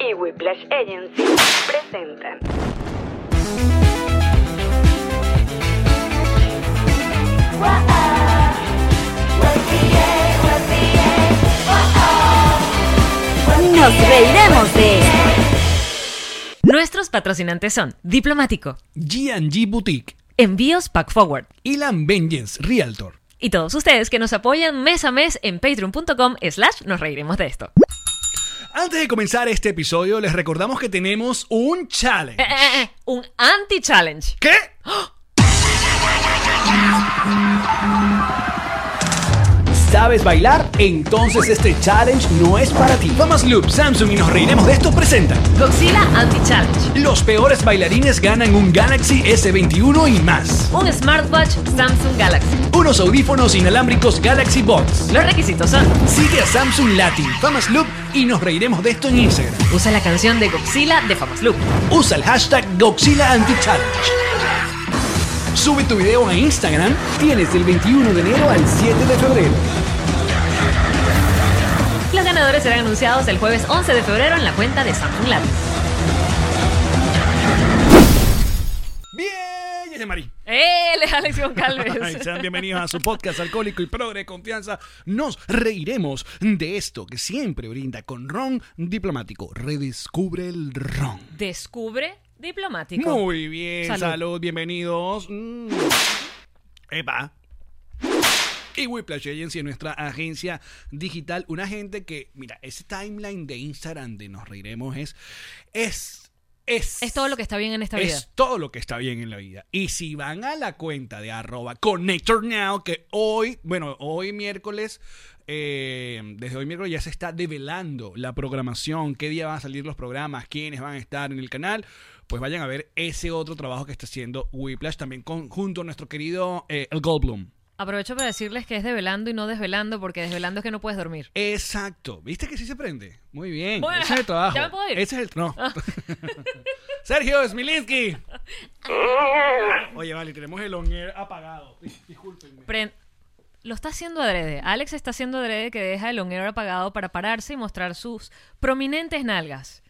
y Whiplash Agency presentan Nos reiremos de esto. Nuestros patrocinantes son Diplomático, G&G Boutique, Envíos Pack Forward Elan Vengeance Realtor. y todos ustedes que nos apoyan mes a mes en patreon.com slash nos reiremos de esto. Antes de comenzar este episodio, les recordamos que tenemos un challenge. Eh, eh, eh, un anti-challenge. ¿Qué? ¿Sabes bailar? Entonces este challenge no es para ti. Thomas Loop, Samsung y nos reiremos de esto presenta. Godzilla Anti-Challenge. Los peores bailarines ganan un Galaxy S21 y más. Un smartwatch Samsung Galaxy. Unos audífonos inalámbricos Galaxy Box. Los requisitos son Sigue a Samsung Latin, Thomas Loop y nos reiremos de esto en Instagram. Usa la canción de Godzilla de Famous Loop. Usa el hashtag Godzilla Anti Challenge. Sube tu video a Instagram Tienes del 21 de enero al 7 de febrero. Los ganadores serán anunciados el jueves 11 de febrero en la cuenta de Samsung Latin. Bien, Yeye Marí. ¡Eh! Les Alex Ay, Goncalves. sean bienvenidos a su podcast alcohólico y progre de confianza. Nos reiremos de esto que siempre brinda con ron diplomático. Redescubre el ron. Descubre Diplomático. Muy bien, salud, Salud. bienvenidos. Mm. Epa. Y Whiplash Agency es nuestra agencia digital. Una gente que, mira, ese timeline de Instagram de Nos Reiremos es. Es. Es, Es todo lo que está bien en esta vida. es todo lo que está bien en la vida. Y si van a la cuenta de arroba Connector Now, que hoy, bueno, hoy miércoles, eh, desde hoy miércoles ya se está develando la programación, qué día van a salir los programas, quiénes van a estar en el canal, pues vayan a ver ese otro trabajo que está haciendo Whiplash también con, junto a nuestro querido eh, El Goldblum. Aprovecho para decirles que es develando y no desvelando, porque desvelando es que no puedes dormir. Exacto. ¿Viste que sí se prende? Muy bien. Bueno, Ese es el trabajo. ¿ya me puedo ir? Ah. Ese es el... No. Sergio Smilinski. Oye, vale, tenemos el on air apagado. Dis- Discúlpenme. Pren- lo está haciendo adrede. Alex está haciendo adrede que deja el on air apagado para pararse y mostrar sus prominentes nalgas.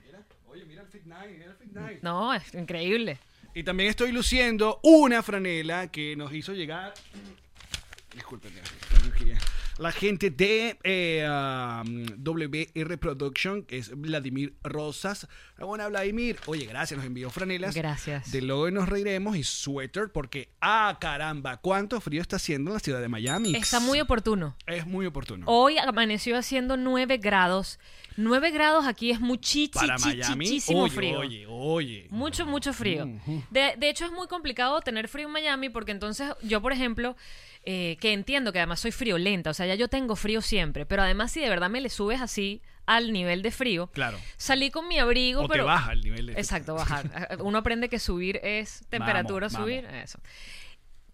Oye, mira el Fit Night, mira el Fit Night. No, es increíble. Y también estoy luciendo una franela que nos hizo llegar... Discúlpenme. no quería. La gente de eh, ah, WR Production, que es Vladimir Rosas. Ah, Bueno, Vladimir. Oye, gracias, nos envió franelas. Gracias. De luego nos reiremos y suéter porque, ah, caramba, cuánto frío está haciendo en la ciudad de Miami. Está muy Oh, oportuno. Es muy oportuno. Hoy amaneció haciendo 9 grados. 9 grados aquí es muchísimo, Para Miami, oye, frío. oye, oye. Mucho, mucho frío. De, de hecho, es muy complicado tener frío en Miami porque entonces yo, por ejemplo, eh, que entiendo que además soy friolenta, o sea, ya yo tengo frío siempre, pero además si de verdad me le subes así al nivel de frío, Claro. salí con mi abrigo, O te pero... baja el nivel de frío. Exacto, bajar. Uno aprende que subir es temperatura, Vamos, subir, eso.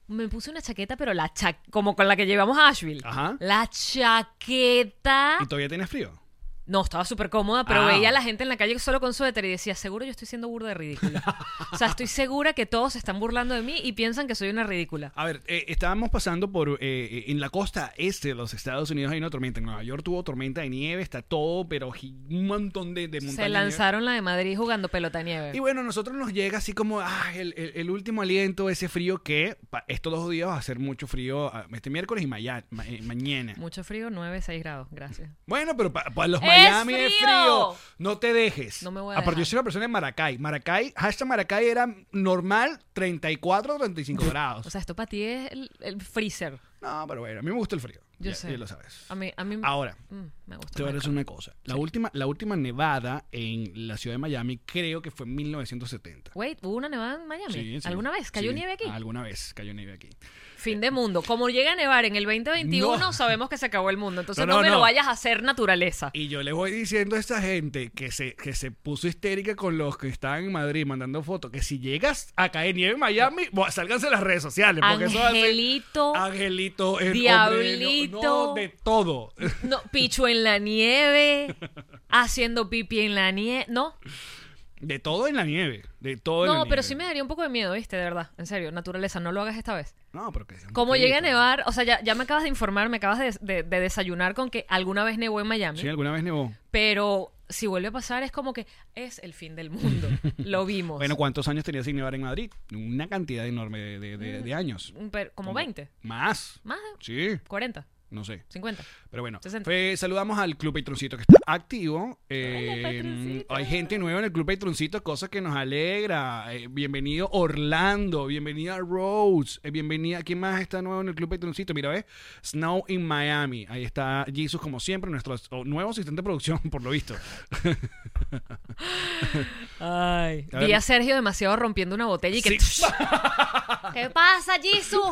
Me puse una chaqueta, pero la cha- como con la que llevamos a Asheville. Ajá. La chaqueta... ¿Y todavía tienes frío? No, estaba súper cómoda, pero Ah. veía a la gente en la calle solo con suéter y decía, seguro yo estoy siendo burda de ridícula. o sea, estoy segura que todos se están burlando de mí y piensan que soy una ridícula. A ver, eh, estábamos pasando por eh, eh, en la costa este de los Estados Unidos hay una tormenta. En Nueva York tuvo tormenta de nieve, está todo, pero gi- un montón de, de montaña Se de nieve. lanzaron la de Madrid jugando pelota nieve. Y bueno, a nosotros nos llega así como ah, el, el- el último aliento, ese frío que pa- estos dos días va a hacer mucho frío ah, este miércoles y maya- ma- eh, mañana. Mucho frío, 9, 6 grados, gracias. Bueno, pero para los ¡Es Miami es frío! frío. No te dejes. No me voy a Aparte, yo dejar. soy una persona en Maracay. Maracay, hashtag Maracay era normal 34 o 35 O grados. sea, esto para ti es el, el freezer. No, pero bueno, a mí me gusta el frío. Yo ya, sé. ya lo sabes. A mí, a mí Ahora, mm, me gusta. te voy a decir una cosa. La, última, la última nevada en la ciudad de Miami creo que fue en 1970. Wait, ¿hubo una nevada en Miami? Sí, sí. ¿Alguna vez? ¿Cayó Sí, nieve aquí? Alguna vez cayó nieve aquí. Fin de mundo. Como llega a nevar en el 2021, No. sabemos que se acabó el mundo. Entonces No, no, no, me no. lo vayas a hacer naturaleza. Y yo le voy diciendo a esta gente que se, que se puso histérica con los que estaban en Madrid mandando fotos, que si llegas a caer nieve en Miami, bo- sálganse las redes sociales. Porque eso hace- Angelito, Angelito, el Diablito. hombre, no, no, de todo. no, picho en la nieve, haciendo pipi en la nieve. No, De todo en la nieve. De todo en la no, pero nieve. sí me daría un poco de miedo, ¿viste? De verdad, en serio, naturaleza, no lo hagas esta vez. No, pero que sea un Como poquito. llegue a nevar, o sea, ya, ya me acabas de informar, me acabas de, de- de desayunar con que alguna vez nevó en Miami, Sí, alguna vez nevó. pero si vuelve a pasar es como que es el fin del mundo. lo vimos. Bueno, ¿cuántos años tenía sin nevar en Madrid? Una cantidad enorme de, de- de- de años. Pero, como 20, Más. más, Sí, 40, no sé. 50. Pero bueno, 60. fe- saludamos al Club Patroncito que está activo. Eh, Patroncito. hay gente nueva en el Club Patroncito, cosa que nos alegra. Eh, bienvenido Orlando, bienvenida Rose, eh, bienvenida. ¿Quién más está nuevo en el Club Patroncito? Mira, ves, Snow in Miami. Ahí está Jesus, como siempre, nuestro as- o- nuevo asistente de producción, por lo visto. Ay. A Vi ver. a Sergio demasiado rompiendo una botella y que. Sí. ¿Qué pasa, Jisoo?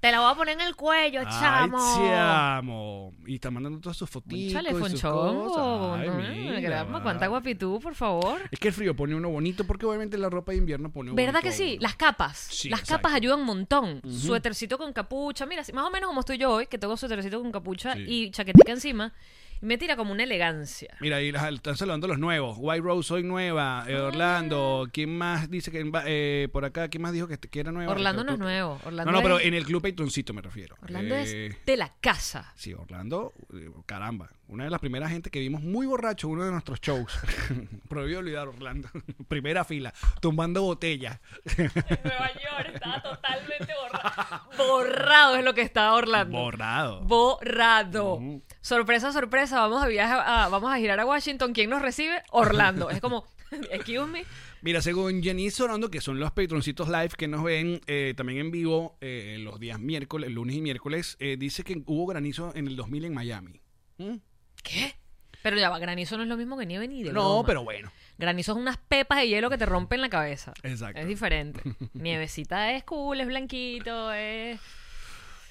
Te la voy a poner en el cuello, Ay, chamo. chamo. Y está mandando todas sus fotitos. Chale, y sus Fonchongo. cosas. Ay, no, mira, caramba, cuánta vale. guapitú, por favor. Es que el frío pone uno bonito porque obviamente la ropa de invierno pone ¿Verdad bonito que a sí? uno. Las capas. Sí, Las exacto. capas ayudan un montón. Suétercito con capucha. Mira, si- más o menos como estoy yo hoy, que tengo suétercito con capucha Sí. y chaquetica encima. Y me tira como una elegancia. Mira, y las- están saludando los nuevos. White Rose, soy nueva. Ah. Eh, Orlando, ¿quién más dice que va- eh, por acá? ¿Quién más dijo que, que era nueva? Orlando no es Tú- nuevo. Orlando no, no, pero es- en el club Patroncito me refiero. Orlando Eh, es de la casa. Sí, Orlando, eh, caramba. Una de las primeras gente que vimos muy borracho en uno de nuestros shows. Prohibido olvidar Orlando. Primera fila, tumbando botellas. Nueva York estaba totalmente borrado. Borrado es lo que estaba Orlando. Borrado. Borrado. Sorpresa, sorpresa, vamos a viaje a, vamos a girar a Washington. ¿Quién nos recibe? Orlando. es como, excuse me. Mira, según Jenny Sorando, que son los patroncitos live que nos ven eh, también en vivo eh, los días miércoles, lunes y miércoles, eh, dice que hubo granizo en el 2000 en Miami. ¿Mm? ¿Qué? Pero ya va, granizo no es lo mismo que nieve ni de No, broma. pero bueno. Granizo es unas pepas de hielo que te rompen la cabeza. Exacto. Es diferente. Nievecita es cool, es blanquito, es...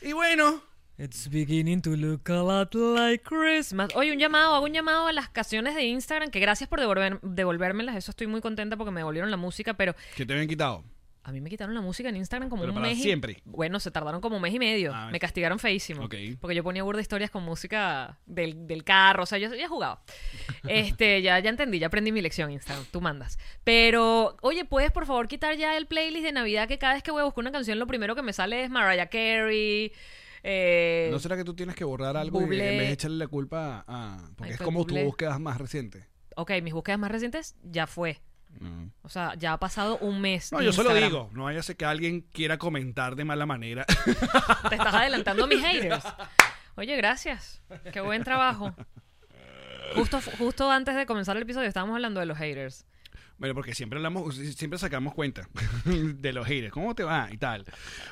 Y bueno, It's beginning to look a lot like Christmas. Más- Oye, un llamado, hago un llamado a las canciones de Instagram, que gracias por devolver, devolvérmelas, eso estoy muy contenta porque me devolvieron la música, pero que te habían quitado. a mí me quitaron la música en Instagram como Pero un para mes. y- siempre. Bueno, se tardaron como un mes y medio, Ah, me castigaron feísimo. Ok. Porque yo ponía burda historias con música del, del carro, o sea, yo ya jugaba. Este, ya, ya entendí, ya aprendí mi lección Instagram, tú mandas. Pero, oye, ¿puedes por favor quitar ya el playlist de Navidad que cada vez que voy a buscar una canción lo primero que me sale es Mariah Carey? Eh, ¿No será que tú tienes que borrar algo y Bublé. en vez de echarle la culpa a... Ay, Porque pues, es fue como tus Bublé. búsquedas más recientes. ok, mis búsquedas más recientes ya fue. No, O sea, ya ha pasado un mes. de yo solo Instagram. digo. No vaya a ser que alguien quiera comentar de mala manera. Te estás adelantando a mis haters. Oye, gracias. Qué buen trabajo. Justo, justo antes de comenzar el episodio estábamos hablando de los haters. Bueno, porque siempre hablamos, siempre sacamos cuenta de los haters. ¿Cómo te va? Y tal.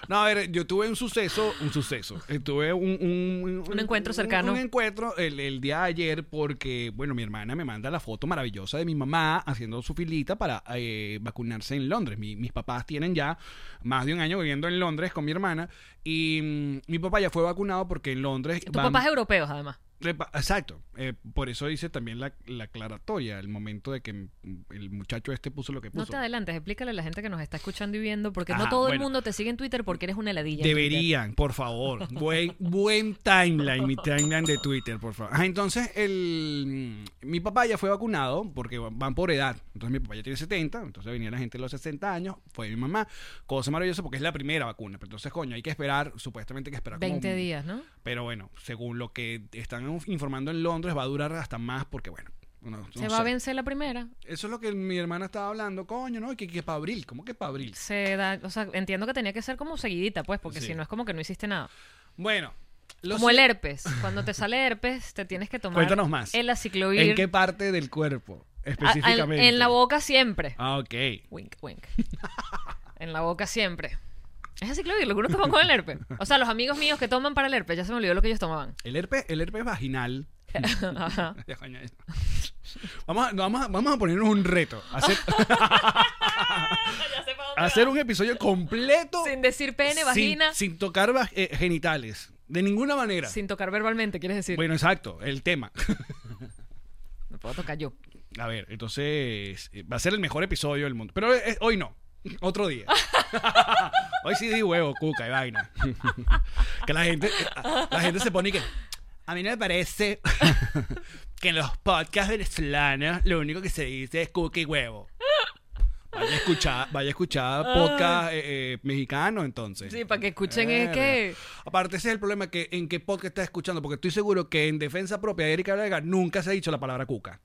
No, a ver, yo tuve un suceso, un suceso. Eh, Tuve un, un, Un encuentro cercano. Un, encuentro el, el día de ayer porque, bueno, mi hermana me manda la foto maravillosa de mi mamá haciendo su filita para eh, vacunarse en Londres. Mi- mis papás tienen ya más de un año viviendo en Londres con mi hermana y mm, mi papá ya fue vacunado porque en Londres... Tus van- papás europeos, además. Epa, Exacto. Eh, por eso hice también la, la aclaratoria, el momento de que mm, el muchacho este puso lo que puso. No te adelantes, explícale a la gente que nos está escuchando y viendo, porque Ajá, no todo el bueno. mundo te sigue en Twitter porque eres una heladilla. en Twitter. Deberían, por favor. Buen, buen timeline, mi timeline de Twitter, por favor. Ah, entonces, el, mm, mi papá ya fue vacunado porque va- van por edad. Entonces, mi papá ya tiene 70, entonces venía la gente de los 60 años, fue mi mamá. Cosa maravillosa porque es la primera vacuna. Pero entonces, coño, hay que esperar, supuestamente hay que esperar como 20 un- días, ¿no? Pero bueno, según lo que están informando en Londres, va a durar hasta más porque, bueno. no- no Se va a sé. vencer la primera. Eso es lo que mi hermana estaba hablando, coño, ¿no? Que, que para abril, ¿cómo que para abril? Se da, o sea, entiendo que tenía que ser como seguidita, pues, porque Sí. si no es como que no hiciste nada. Bueno, lo como ci- el herpes. Cuando te sale herpes, te tienes que tomar Cuéntanos más. el aciclovir. ¿En qué parte del cuerpo A- Ah, al- específicamente? en la boca siempre. Ah, ok. Wink, wink. en la boca siempre. Es así, Clover, lo que uno toma con el herpes. O sea, los amigos míos que toman para el herpes, ya se me olvidó lo que ellos tomaban. El herpes, el herpes vaginal. Ajá. Ya, coño, ya. Vamos a, vamos, a, vamos a ponernos un reto. Hacer, Ya sé para dónde va. hacer un episodio completo Sin decir pene, sin- vagina, sin, Sin, tocar va- eh, genitales. De ninguna manera. tocar verbalmente, quieres decir. Bueno, exacto, el tema. Me puedo tocar yo. A ver, entonces eh, va a ser el mejor episodio del mundo. Pero eh, hoy no, otro día. hoy sí di huevo, cuca y vaina. que la gente, eh, la gente se pone y que... A mí no me parece que en los podcasts venezolanos lo único que se dice es cuca y huevo. Vaya a escuchar, vaya a escuchar podcast eh, eh, mexicano entonces. Sí, para que escuchen es Verga. que... Aparte, ese es el problema que en qué podcast estás escuchando, porque estoy seguro que en defensa propia de Erika Braga nunca se ha dicho la palabra cuca.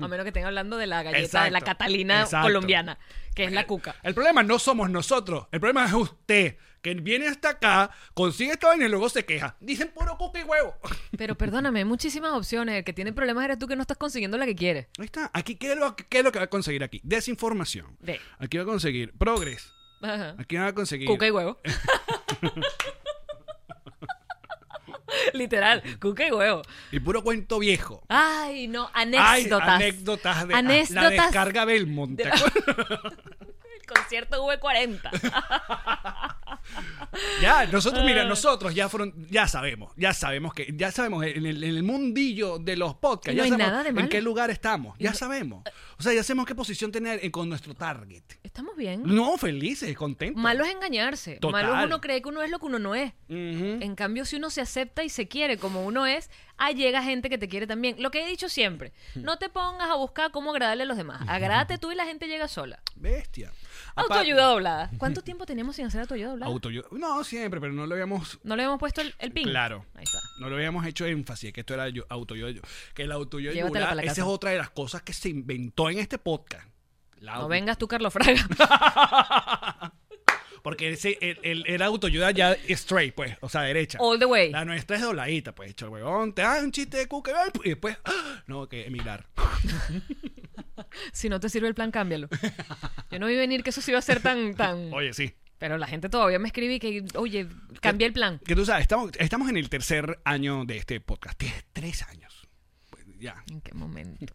A menos que estén hablando de la galleta de la Exacto, Catalina exacto. colombiana, que es la cuca. El problema no somos nosotros, el problema es usted, que viene hasta acá, consigue esta vaina y luego se queja. Dicen puro cuca y huevo. Pero perdóname, hay muchísimas opciones. El que tiene problemas eres tú que no estás consiguiendo la que quieres. Ahí está. Aquí, ¿qué es lo, qué es lo que va a conseguir aquí? Desinformación. Ve. Aquí va a conseguir progres. Ajá. Aquí va a conseguir. Cuca y huevo. Literal, cuca y huevo. y puro cuento viejo. Ay, no, Ay, anécdotas. anécdotas de ah, Anécdotas. la descarga Belmont. ¿te acuerdas? El concierto V40. Ya, nosotros, Ah. mira, nosotros ya fueron, ya sabemos, ya sabemos que, ya sabemos en el, en el mundillo de los podcasts, Y no ya hay sabemos nada de en malo. qué lugar estamos, ya sabemos. O sea, ya sabemos qué posición tener eh, con nuestro target. Estamos bien. No, felices, contentos. Malo es engañarse. Total. Malo es uno cree que uno es lo que uno no es. Ujú. En cambio, si uno se acepta y se quiere como uno es, ahí llega gente que te quiere también. Lo que he dicho siempre, no te pongas a buscar cómo agradarle a los demás. Agrádate tú y la gente llega sola. Bestia. Apa- Autoayuda doblada. ¿Cuánto tiempo tenemos sin hacer autoayuda doblada? Autoayuda. No, siempre, pero no lo habíamos, ¿No le hemos puesto el, el pin? Claro. Ahí está. no lo habíamos hecho énfasis, que esto era yo, autoayuda. Que el autoayuda, Llévatela yugular, para la esa casa. es otra de las cosas que se inventó en este podcast. La No auto- vengas tú, Carlos Fraga. Porque ese, el, el- era autoayuda ya straight, pues, o sea, derecha. All the way. La nuestra es dobladita, pues, hecho el huevón, te das un chiste de cuca ay, y después, ¡ah! no, que emigrar. Si no te sirve el plan, cámbialo. Yo no vi venir que eso se iba a ser tan, tan... Oye, sí. Pero la gente todavía me escribe y que, oye, cambié el plan. Que tú sabes, estamos, estamos en el tercer año de este podcast. Tienes tres años. Pues, ya. ¿En qué momento?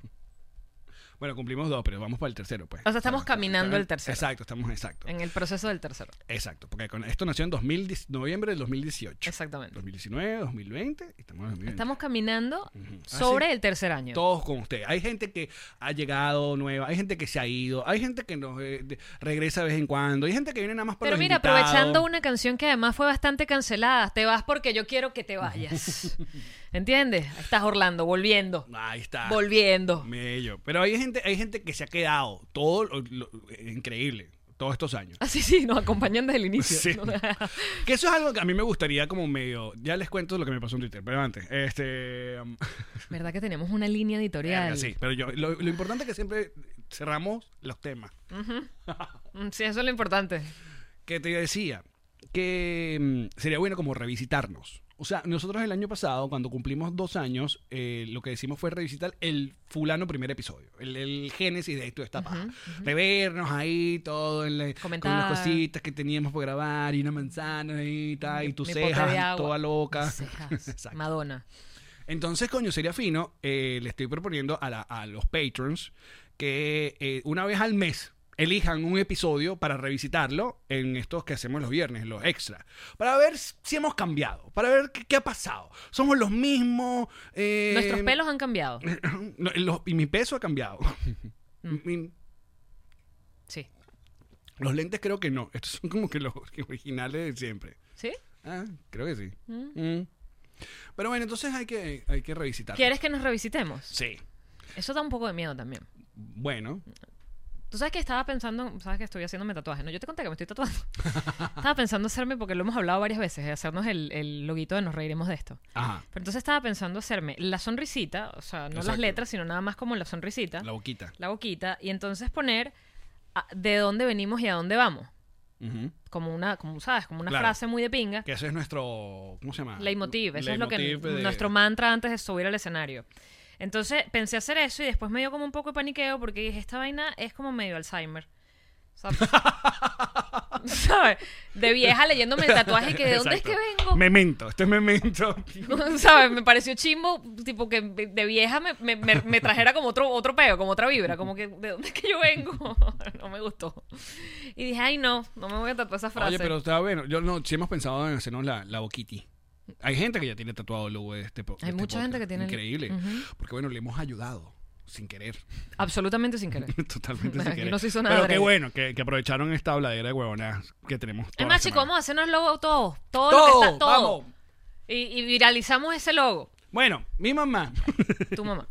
Bueno, cumplimos dos, pero vamos para el tercero, pues. O sea, estamos caminando el tercero. Exacto, estamos exacto. En el proceso del tercero. Exacto, porque con, esto nació en 2010 noviembre del 2018. Exactamente. 2019, 2020, y estamos en 2020. Estamos caminando Ah, sobre sí. el tercer año. todos con usted. Hay gente que ha llegado nueva, hay gente que se ha ido, hay gente que nos eh, de- regresa de vez en cuando, hay gente que viene nada más para Pero los mira, invitados. aprovechando una canción que además fue bastante cancelada, te vas porque yo quiero que te vayas. ¿Entiendes? Ahí Estás Orlando, volviendo, Ahí está. volviendo. Mello. Pero hay gente, hay gente que se ha quedado. Todo lo- lo- eh, increíble. Todos estos años. Así Ah, sí, nos acompañan desde el inicio. Sí. que eso es algo que a mí me gustaría como medio. Ya les cuento lo que me pasó en Twitter, pero antes. Este. um, ¿Verdad que tenemos una línea verga, editorial? sí, pero yo. Lo, lo importante es que siempre cerramos los temas. Mm, Sí, eso es lo importante. que te decía que mm, sería bueno como revisitarnos. O sea, nosotros el año pasado, cuando cumplimos dos años, eh, lo que decimos fue revisitar el fulano primer episodio, el, el génesis de esto, de esta paja. Revernos ahí, todo, en la- con Comentar. unas cositas que teníamos por grabar, y una manzana y tal, y Mi- tus mi pote de cejas, agua. toda loca. Mis cejas. Exacto. Madonna. Entonces, coño, sería fino, eh, le estoy proponiendo a, la- a los patrons que eh, una vez al mes elijan un episodio para revisitarlo en estos que hacemos los viernes, los extra, para ver si hemos cambiado, para ver qué, qué ha pasado. Somos los mismos... eh, Nuestros pelos han cambiado. no, los- y mi peso ha cambiado. Mm. Mi- Sí. los lentes creo que no. Estos son como que los originales de siempre. ¿Sí? Ah, creo que sí. Mm. Mm. Pero bueno, entonces hay que, hay que revisitar. ¿Quieres que nos revisitemos? Sí. Eso da un poco de miedo también. Bueno, Tú sabes que estaba pensando, sabes que estoy haciéndome tatuajes. No, yo te conté que me estoy tatuando. estaba pensando hacerme, porque lo hemos hablado varias veces, de hacernos el, el loguito de nos reiremos de esto. ajá. Pero entonces estaba pensando hacerme la sonrisita, o sea, no las Exacto. letras, sino nada más como la sonrisita, La la, boquita. boquita, y entonces poner a- de dónde venimos y a dónde vamos. Ujú. Como una, como sabes, como una Claro. frase muy de pinga. Que ese es nuestro. ¿Cómo se llama? Leitmotiv, eso es lo que Ah, Leitmotiv de- nuestro mantra antes de subir al escenario. Entonces pensé hacer eso y después me dio como un poco de paniqueo porque dije, esta vaina es como medio Alzheimer. O sea, ¿sabes? De vieja leyéndome el tatuaje que de dónde es que Exacto. vengo. Memento, este es memento. ¿Sabes? Me pareció chimbo, tipo que de vieja me, me- me- me trajera como otro, otro peo, como otra vibra, como que de dónde es que yo vengo. No me gustó. Y dije, ay, no, no me voy a tatuar esa frase. Oye, pero está bueno. Yo no, sí hemos pensado en hacernos la, la boquiti. Hay gente que ya tiene tatuado el logo de este po- de Hay este mucha gente que tiene el- Increíble. Porque bueno, le hemos ayudado sin querer. Absolutamente sin querer. Totalmente sin Aquí querer. no se hizo nada Pero qué adrede. bueno que, que aprovecharon esta habladera de huevonas que tenemos. Es toda más, la chicos, semana. vamos a hacernos el logo todo. Todo, lo Todo, que está todo. vamos. Y, y viralizamos ese logo. Bueno, mi mamá. Tu mamá.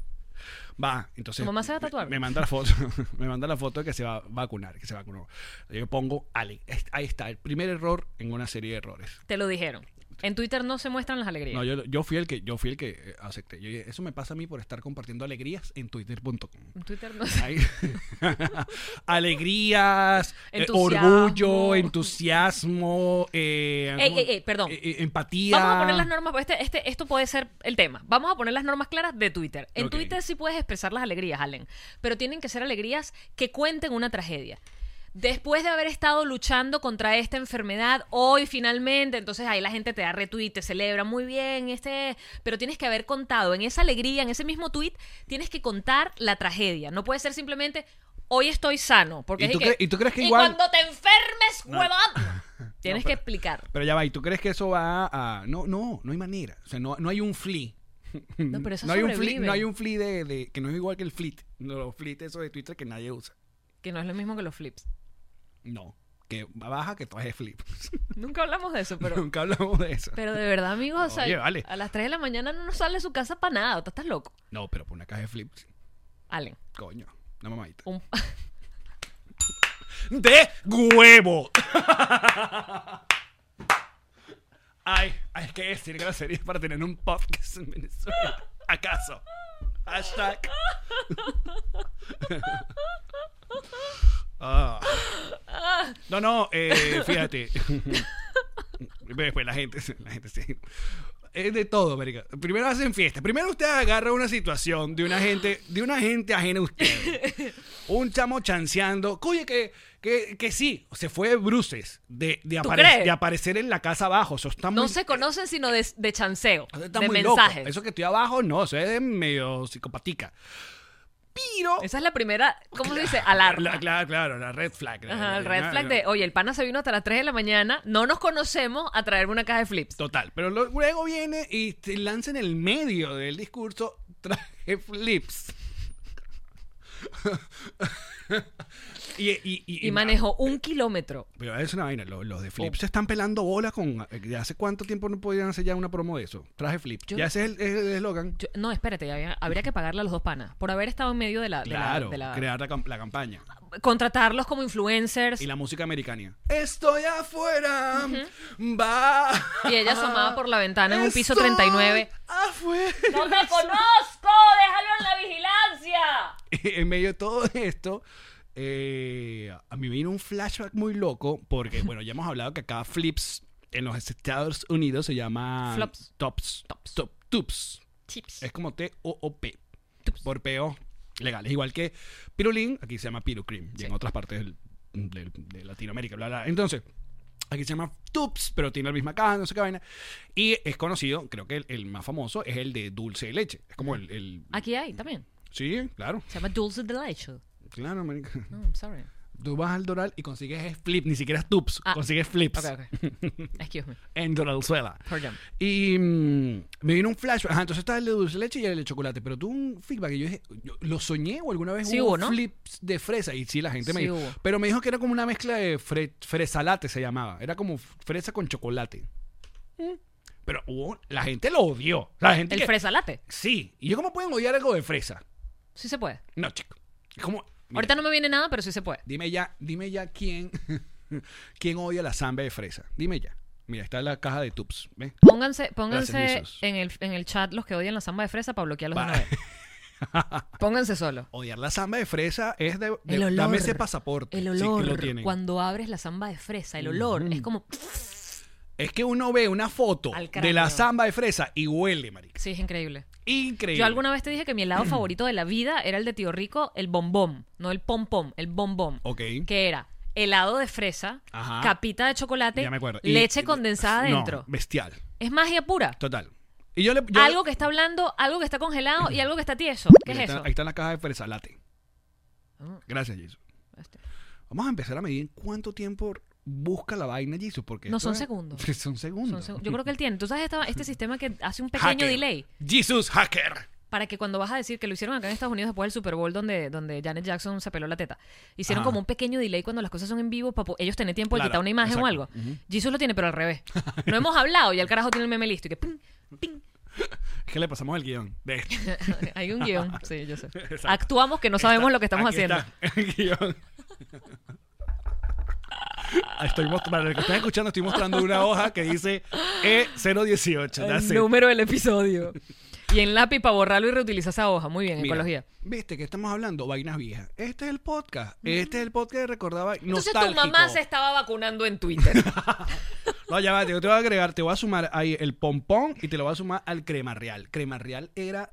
Va, entonces. ¿Tu mamá se va a tatuar? Me, me manda la foto. me manda la foto de que se va a vacunar, que se vacunó. Yo pongo Ale. Es- Ahí está, el primer error en una serie de errores. Te lo dijeron. En Twitter no se muestran las alegrías. No, yo, yo fui el que, yo fui el que eh, acepté. Yo dije, eso me pasa a mí por estar compartiendo alegrías en twitter.com. En Twitter no se... Ahí. alegrías, eh, Entusiasmo. orgullo, entusiasmo, eh, Ey, ¿cómo? ey, ey, perdón. Eh, eh, empatía. Vamos a poner las normas, este, este, esto puede ser el tema. Vamos a poner las normas claras de Twitter. En Ok. Twitter sí puedes expresar las alegrías, Allen, pero tienen que ser alegrías que cuenten una tragedia. Después de haber estado luchando contra esta enfermedad, hoy finalmente, entonces ahí la gente te da retweet, te celebra muy bien, este, pero tienes que haber contado en esa alegría, en ese mismo tweet, tienes que contar la tragedia. No puede ser simplemente hoy estoy sano, porque ¿Y es tú que, cre- y tú crees que igual- cuando te enfermes, huevón, tienes pero- que explicar. Pero ya va, ¿y tú crees que eso va a.? No, no, no hay manera. O sea, no, no hay un flea. No, pero eso no hay un flea, sobrevive. no hay un flea de, de- que no es igual que el flit. No, los flit eso de Twitter que nadie usa. Que no es lo mismo que los flips. No, que baja que traje flip. Nunca hablamos de eso, pero, Nunca hablamos de eso. pero de verdad, amigos, o sea, Oye, vale. a las 3 de la mañana no nos sale de su casa para nada. ¿Tú estás loco? No, pero por una caja de flip, sí. Allen, coño, una mamadita. un- De huevo. Ay, hay que decir groserías para tener un podcast en Venezuela. ¿Acaso? Hashtag. Ah. No, no, eh, fíjate. Después la gente, se- la gente se- Es de todo, América. Primero hacen fiesta. Primero usted agarra una situación de una gente, de una gente ajena a usted. Un chamo chanceando. Oye, que, que, que sí, se fue de bruces de, de, ¿Tú apare- crees? de aparecer en la casa abajo. Eso está no muy- se conocen sino de, de chanceo, eso está de muy loco. mensajes. Eso que estoy abajo, no, eso es medio psicopatica. Pero. Esa es la primera, ¿cómo se dice? Alarma. La- claro, claro, la red flag. La- Ajá, el la- red la- flag la- de, oye, el pana se vino hasta las 3 de la mañana, no nos conocemos a traerme una caja de flips. Total, pero lo- luego viene y te lanza en el medio del discurso traje flips. y, y, y- Y Oh. manejó un kilómetro. Pero es una vaina, lo- los, de flips se están pelando bolas con... ¿de ¿Hace cuánto tiempo no podían hacer ya una promo de eso? Traje flips. Yo- Ya ese es el- es el eslogan. Yo- no, espérate, había- habría que pagarle a los dos panas por haber estado en medio de la... de la- Claro, de la- crear la, cam- la campaña. contratarlos como influencers. Y la música americana. Estoy afuera. Va. Y ella asomaba por la ventana en un piso 39. Afuera. ¡No te conozco! ¡Déjalo en la vigilancia! en medio de todo esto, eh, a mí me vino un flashback muy loco porque, bueno, ya hemos hablado que acá flips en los Estados Unidos se llama Flops. tops, tops, top, tups. Chips. Es como T-O-O-P. Por peo legales. Igual que pirulín, aquí se llama pirucrim. Y en otras partes del- del- de Latinoamérica, bla, bla. Entonces, aquí se llama tups, pero tiene la misma caja, no sé qué vaina. Y es conocido, creo que el, el más famoso es el de dulce de leche. Es como el. el- Aquí hay también. sí, claro. Se llama Dulce Delight. Claro, marica. No, I'm sorry. Tú vas al Doral y consigues es flip, ni siquiera es tups, Ah. consigues flips Ok, ok. Excuse me. en Doralzuela. Perdón. Y mm, me vino un flash. Ajá, entonces está el de dulce de leche y el de chocolate, pero tuve un feedback y yo dije, yo- ¿lo soñé o alguna vez Sí hubo, ¿no? flips de fresa? Y sí, la gente me Sí dijo. hubo. Pero me dijo que era como una mezcla de fre- fresalate, se llamaba. Era como fresa con chocolate. Mm. Pero hubo, la gente lo odió. La gente El que- fresa latte. Sí. ¿Y yo cómo pueden odiar algo de fresa? Sí se puede. No, chico. Es como... mira. Ahorita no me viene nada, pero sí se puede. Dime ya, dime ya quién, quién odia la samba de fresa. Dime ya. Mira, está la caja de tups. ¿ves? Pónganse, Gracias, pónganse Jesús. en, el, en el chat los que odian la samba de fresa para bloquearlos de una vez. Pónganse solo. Odiar la samba de fresa es de, de- El olor. dame ese pasaporte. El Sí, que olor. lo tienen. cuando abres la samba de fresa, el olor es como. Es que uno ve una foto Al cráneo. de la samba de fresa y huele, marica. Sí, es increíble. Increíble. Yo alguna vez te dije que mi helado favorito de la vida era el de Tío Rico, el bombón, no el pompom, el bombón. Ok. Que era helado de fresa, Ajá. capita de chocolate, Ya me acuerdo. Y- leche y- condensada no, adentro. bestial. es magia pura. Total. Y yo le, yo- algo que está blando, algo que está congelado y algo que está tieso. ¿Qué es Mira, ahí eso? Está, ahí está en la caja de fresa latte. Ah. Gracias, Jesus. Este. Vamos a empezar a medir en cuánto tiempo busca la vaina, Jesus, porque... No, esto son es- segundos. son segundos. Son seg- Yo creo que él tiene. Tú sabes esta- este sistema que hace un pequeño Hacker. delay Jesus Hacker. para que cuando vas a decir que lo hicieron acá en Estados Unidos después del Super Bowl donde, donde Janet Jackson se peló la teta. Hicieron Ajá. como un pequeño delay cuando las cosas son en vivo para ellos tener tiempo de Claro, quitar una imagen o exacto. algo. Jesus lo tiene, pero al revés. No hemos hablado y el carajo tiene el meme listo y que ping, ping. Es que le pasamos el guión de esto. Hay un guión. Sí, yo sé. Exacto. Actuamos que no sabemos lo que estamos Aquí haciendo. está el guión. Estoy mos- para los que están escuchando, estoy mostrando una hoja que dice E018. El that's it. número del episodio. Y en lápiz para borrarlo y reutilizar esa hoja. Muy bien, Mira, ecología. Viste que estamos hablando vainas viejas. Este es el podcast. Este es el podcast que recordaba Entonces nostálgico. tu mamá se estaba vacunando en Twitter. No, ya va, yo te voy a agregar, te voy a sumar ahí el pompón y te lo voy a sumar al crema real. Crema real era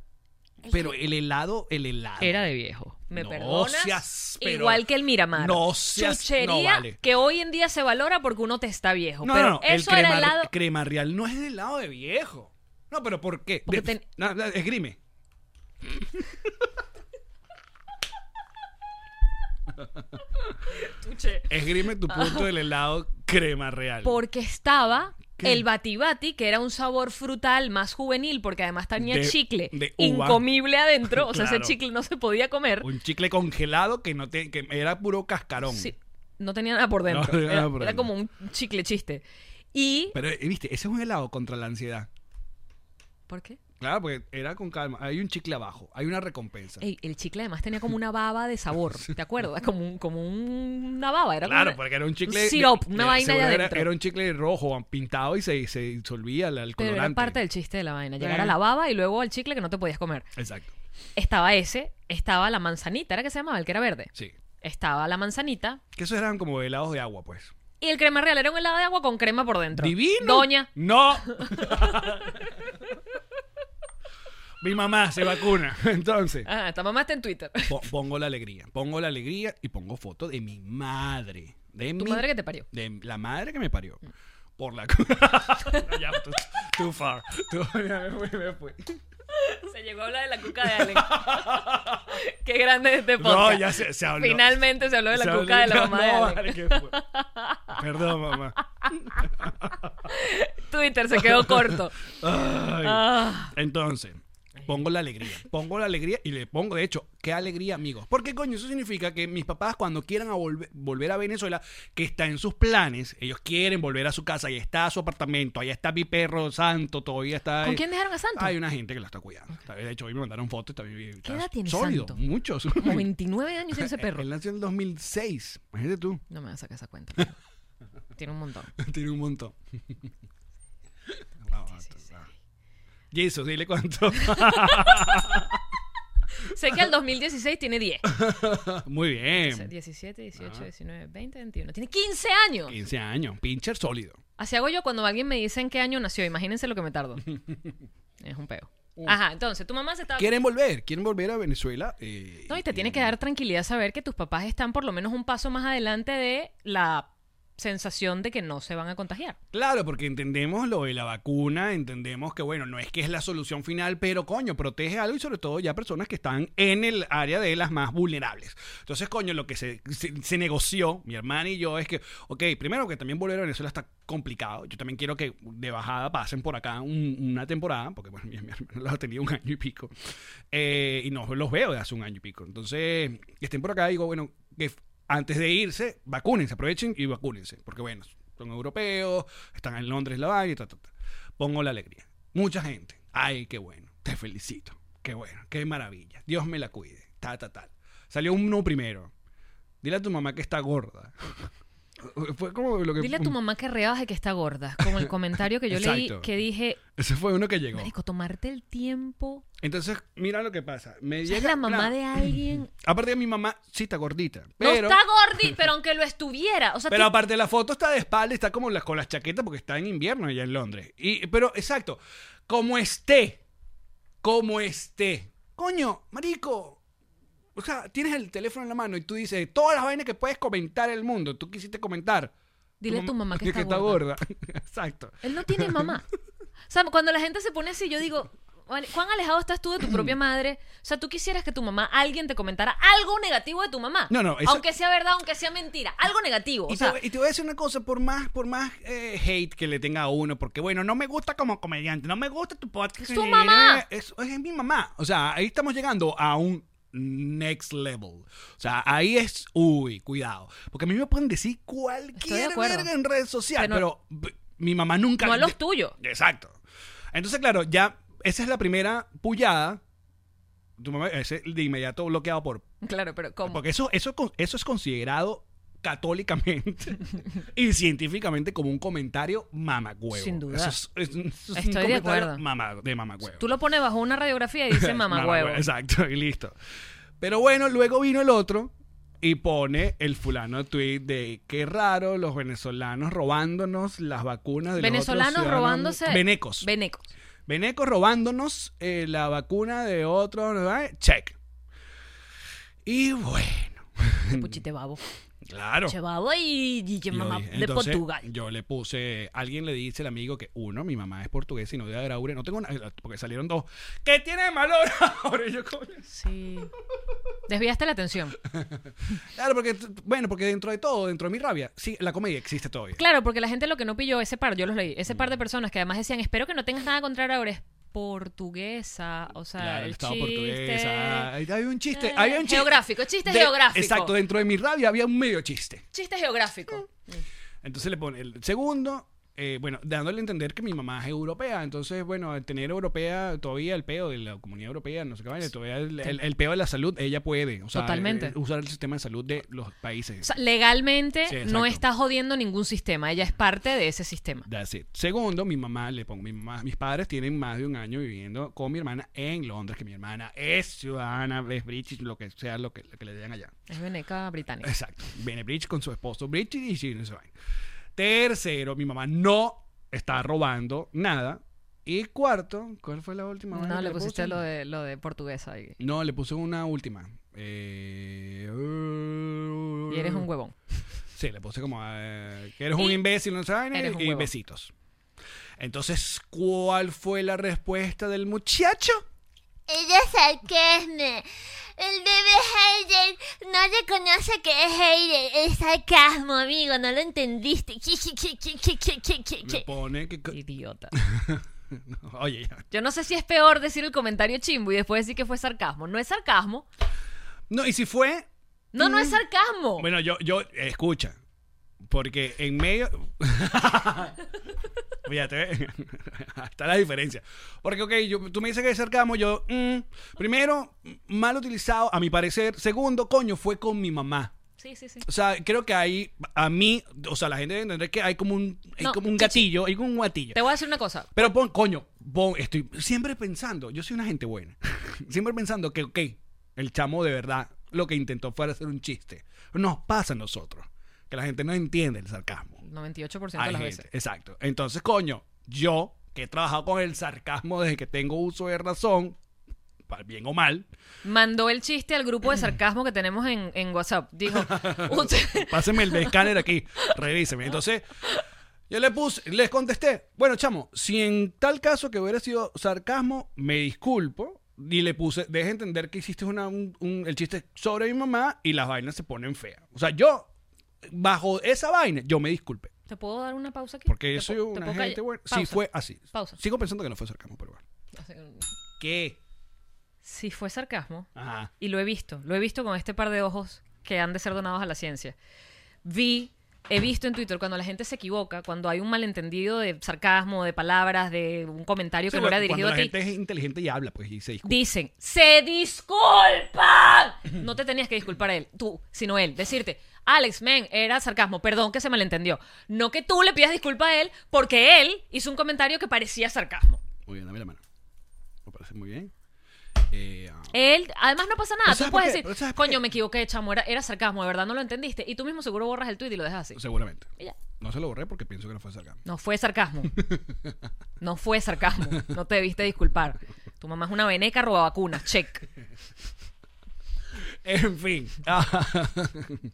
pero el helado, el helado. Era de viejo. ¿Me No perdonas? seas, pero- Igual que el Miramar. No seas- Chuchería no vale. que hoy en día se valora porque uno te está viejo. No, pero no, no, eso el era crema, helado. crema real no es de helado de viejo. No, pero ¿por qué? Porque De- ten- no, no, esgrime. Chuche. Esgrime tu punto del helado crema real. Porque estaba ¿Qué? el batibati, que era un sabor frutal más juvenil, porque además tenía De- chicle de uva. incomible adentro. O sea, ese Claro. chicle no se podía comer. Un chicle congelado que no te, que era puro cascarón. Sí, no tenía nada por dentro. No tenía era, nada por era dentro. como un chicle chiste. Y. Pero, eh, viste, ese es un helado contra la ansiedad. ¿Por qué? Claro, porque era con calma. Hay un chicle abajo, hay una recompensa. Ey, el chicle además tenía como una baba de sabor, ¿te acuerdas? Como, un- como un- una baba, era como Claro, una- porque era un chicle. de- sirop, una de- vaina allá seguro era, adentro. era un chicle rojo pintado y se, se disolvía el, el Pero colorante. era parte del chiste de la vaina, llegar a Eh. la baba y luego al chicle que no te podías comer. Exacto. Estaba ese, estaba la manzanita, era que se llamaba, el que era verde. Sí. Estaba la manzanita Que esos eran como helados de agua, pues. y el crema real era un helado de agua con crema por dentro. ¡Divino! Doña, ¡No! Mi mamá se vacuna. Entonces, ah, esta mamá está en Twitter. po- pongo la alegría. Pongo la alegría y pongo foto de mi madre. De Tu mi- madre que te Mm. parió. De la madre que me parió. Por la. No, ya, too, too far. Too- ya me fui, me fui. Se llegó a hablar de la cuca de Allen. Qué grande es este podcast. No, ya se, se habló. Finalmente se habló de la Se habló- cuca de la no, mamá de no, Allen. vale, ¿qué fue? Perdón, mamá. Twitter se quedó corto. Ay. Ah. Entonces, pongo la alegría. Pongo la alegría y le pongo, de hecho, qué alegría, amigos. Porque, coño, eso significa que mis papás, cuando quieran a volve- volver a Venezuela, que está en sus planes, ellos quieren volver a su casa, ahí está su apartamento, ahí está mi perro santo, todavía está. ¿Con quién dejaron a Santo? Hay una gente que la está cuidando. Está- De hecho, hoy me mandaron fotos. Está, ¿Qué edad tiene sólido, Santo? Muchos. Como 29 años tiene ese perro. Él nació en el 2006. Imagínate tú. No me vas a sacar esa cuenta. Tiene un montón. Tiene un montón. Vamos, vamos. Jesus, dile cuánto. Sé que al 2016 tiene 10. Muy O sea, bien. 17, 18, 19, 20, 21. Tiene 15 años. 15 años. Pincher sólido. Así hago yo cuando alguien me dice en qué año nació. Imagínense lo que me tardo. Es un peo. Ajá, entonces tu mamá se estaba... Quieren volver, quieren volver a Venezuela. eh, No, y te tiene que dar tranquilidad saber que tus papás están por lo menos un paso más adelante de la sensación de que no se van a contagiar. Claro, porque entendemos lo de la vacuna, entendemos que, bueno, no es que es la solución final, pero coño, protege algo y sobre todo ya personas que están en el área de las más vulnerables. Entonces, coño, lo que se, se- se negoció, mi hermana y yo, es que, ok, primero que también volver a Venezuela está complicado. Yo también quiero que de bajada pasen por acá un- una temporada, porque, bueno, mi, mi hermano los ha tenido un año y pico. Eh, y no los veo de hace un año y pico. Entonces, que estén por acá, digo, bueno, que f- antes de irse, vacúnense, aprovechen y vacúnense, porque, bueno, son europeos, están en Londres la vaina y ta, ta, ta. Pongo la alegría. Mucha gente. Ay, qué bueno. Te felicito. Qué bueno. Qué maravilla. Dios me la cuide. Ta, ta, tal. Salió uno primero. Dile a tu mamá que está gorda. Fue como lo que. Dile a tu mamá que rebaje que está gorda. Como el comentario que yo leí Exacto. que dije, Ese fue uno que llegó. marico, tomarte el tiempo. Entonces, mira lo que pasa. Me O sea, llega es la mamá de alguien. Aparte, mi mamá sí está gordita. no Pero, está gordi, pero aunque lo estuviera. O sea, pero ti- aparte, la foto está de espalda, está como las, con las chaquetas porque está en invierno allá en Londres. Y, pero, exacto. Como esté. Como esté. Coño, marico. O sea, tienes el teléfono en la mano y tú dices, todas las vainas que puedes comentar en el mundo, tú quisiste comentar. Dile a tu mamá que está gorda. Exacto. Él no tiene mamá. O sea, cuando la gente se pone así, yo digo, "Vale, ¿cuán alejado estás tú de tu propia madre? O sea, tú quisieras que tu mamá, alguien te comentara algo negativo de tu mamá. No, no, eso- Aunque sea verdad, aunque sea mentira, algo negativo. Y, O sea, te, y te voy a decir una cosa, por más, por más eh, hate que le tenga a uno, porque bueno, no me gusta como comediante, no me gusta tu podcast. ¡Es tu mamá! Es, es mi mamá. O sea, ahí estamos llegando a un next level. O sea, ahí es, uy, cuidado. Porque a mí me pueden decir Estoy de cualquier acuerdo. verga en redes sociales, Pero- pero, b- mi mamá nunca... no a los tuyos. Exacto. Entonces, claro, ya esa es la primera pullada. Tu mamá ese de inmediato bloqueado por Claro, pero ¿cómo? porque eso, eso, con- eso es considerado católicamente y científicamente como un comentario mamagüevo. Sin duda. Eso es, es- eso Estoy es de un comentario acuerdo. mama- de mamagüevo. Tú lo pones bajo una radiografía y dice mamá huevo. Exacto, y listo. Pero bueno, luego vino el otro y pone el fulano tweet de qué raro los venezolanos robándonos las vacunas de los otros Venezolanos ciudadanos- robándose. Venecos. Venecos. Veneco robándonos eh, la vacuna de otros. ¿verdad? Check. Y bueno, Puchite babo. claro. Che babo y, y- y Y yo mamá dije, de entonces, Portugal. Yo le puse, alguien le dice al amigo que uno, mi mamá es portuguesa y no de Araure, no tengo nada, porque salieron dos. ¿Qué tiene de malo Araure? Yo como- Sí. Desviaste la atención. Claro, porque t- bueno, porque dentro de todo, dentro de mi rabia, sí, la comedia existe todavía. Claro, porque la gente lo que no pilló, ese par, yo los leí, ese par Mm. de personas que además decían, espero que no tengas nada contra ahora, es portuguesa. O sea, Claro, el el Estado chiste. Ah, portugués. Hay, hay un chiste, hay un chiste. Geográfico, chiste geográfico. Exacto, dentro de mi rabia había un medio chiste. Chiste geográfico. Mm. Entonces le pone el segundo, eh, bueno, dándole a entender que mi mamá es europea. Entonces, bueno, al tener europea, todavía el peo de la comunidad europea, no sé qué vaina, todavía el, el- el peo de la salud, ella puede. O sea, Totalmente. eh, usar el sistema de salud de los países. O sea, legalmente Sí, no exacto. está jodiendo ningún sistema, ella es parte de ese sistema. That's it. Segundo, mi mamá, le pongo, mi mamá, mis padres tienen más de un año viviendo con mi hermana en Londres, que mi hermana es ciudadana, es british, lo que sea, lo que, lo que le digan allá. Es veneca británica. Exacto. Viene Bridge con su esposo Bridge y sí, no se vaina. Tercero, mi mamá no está robando nada. Y cuarto, ¿cuál fue la última? vaina No, que le pusiste puse? lo de, lo de portuguesa ahí. No, le puse una última. Eh, uh, Y eres Mm. un huevón. Sí, le puse como eh, que eres un Y- imbécil, no sabes, Eres un y huevón. besitos. Entonces, ¿cuál fue la respuesta del muchacho? Ella es sarcasmo. El bebé Hayden no reconoce que es Hayden. Es sarcasmo, amigo. No lo entendiste. Me pone que... Idiota. Oye, ya. Yo no sé si es peor decir el comentario chimbo y después decir que fue sarcasmo. No es sarcasmo. No, y si fue, No, no es sarcasmo. Mm. Bueno, yo, yo, escucha, porque en medio. Fíjate, ¿eh? está la diferencia. Porque, ok, yo, tú me dices que es sarcasmo, yo. mm, primero, mal utilizado, a mi parecer. Segundo, coño, fue con mi mamá. Sí, sí, sí. O sea, creo que hay, a mí, o sea, la gente debe entender que hay como un, hay No, como un chichi. gatillo, hay como un gatillo. Te voy a decir una cosa. Pero pon, coño, pon, estoy siempre pensando, yo soy una gente buena, siempre pensando que, ok, el chamo de verdad lo que intentó fue hacer un chiste. Nos pasa a nosotros, que la gente no entiende el sarcasmo. 98% de Hay las gente, veces. Exacto. Entonces, coño, yo que he trabajado con el sarcasmo desde que tengo uso de razón, pa- bien o mal, Mandó el chiste al Mm. grupo de sarcasmo que tenemos en, en WhatsApp. Dijo, usted- Pásenme el escáner aquí, revíseme. Entonces, yo le puse, les contesté, bueno, chamo, si en tal caso que hubiera sido sarcasmo, me disculpo. Y le puse, deja entender que hiciste una, un- un- el chiste sobre mi mamá y las vainas se ponen feas. O sea, yo, bajo esa vaina, yo me disculpé. ¿te puedo dar una pausa aquí? Porque ¿Te yo pu- soy te una puedo gente callar? buena. Sí, Pausa. fue así. Pausa. Sigo pensando que no fue sarcasmo, pero bueno. ¿Qué? Sí, fue sarcasmo. Ajá. Y lo he visto, lo he visto con este par de ojos que han de ser donados a la ciencia. Vi, he visto en Twitter cuando la gente se equivoca, cuando hay un malentendido de sarcasmo, de palabras, de un comentario que Sí, no era cuando dirigido la a ti. gente es inteligente y habla, pues, y se disculpa. Dicen, se disculpan. No te tenías que disculpar a él, tú, sino él. Decirte, Alex, men, era sarcasmo, perdón que se malentendió. No que tú le pidas disculpa a él porque él hizo un comentario que parecía sarcasmo. Muy bien, dame la mano. Me parece muy bien. Eh, ah, Él, además no pasa nada. Pero Tú ¿sabes puedes por qué? Pero decir, ¿sabes por coño, qué? me equivoqué, chamo, era, era sarcasmo, de verdad no lo entendiste. Y tú mismo seguro borras el tweet y lo dejas así. Seguramente. Y ya. No se lo borré porque pienso que no fue sarcasmo. No fue sarcasmo. No fue sarcasmo. No te debiste disculpar. Tu mamá es una veneca roba vacunas. Check. En fin. Ah,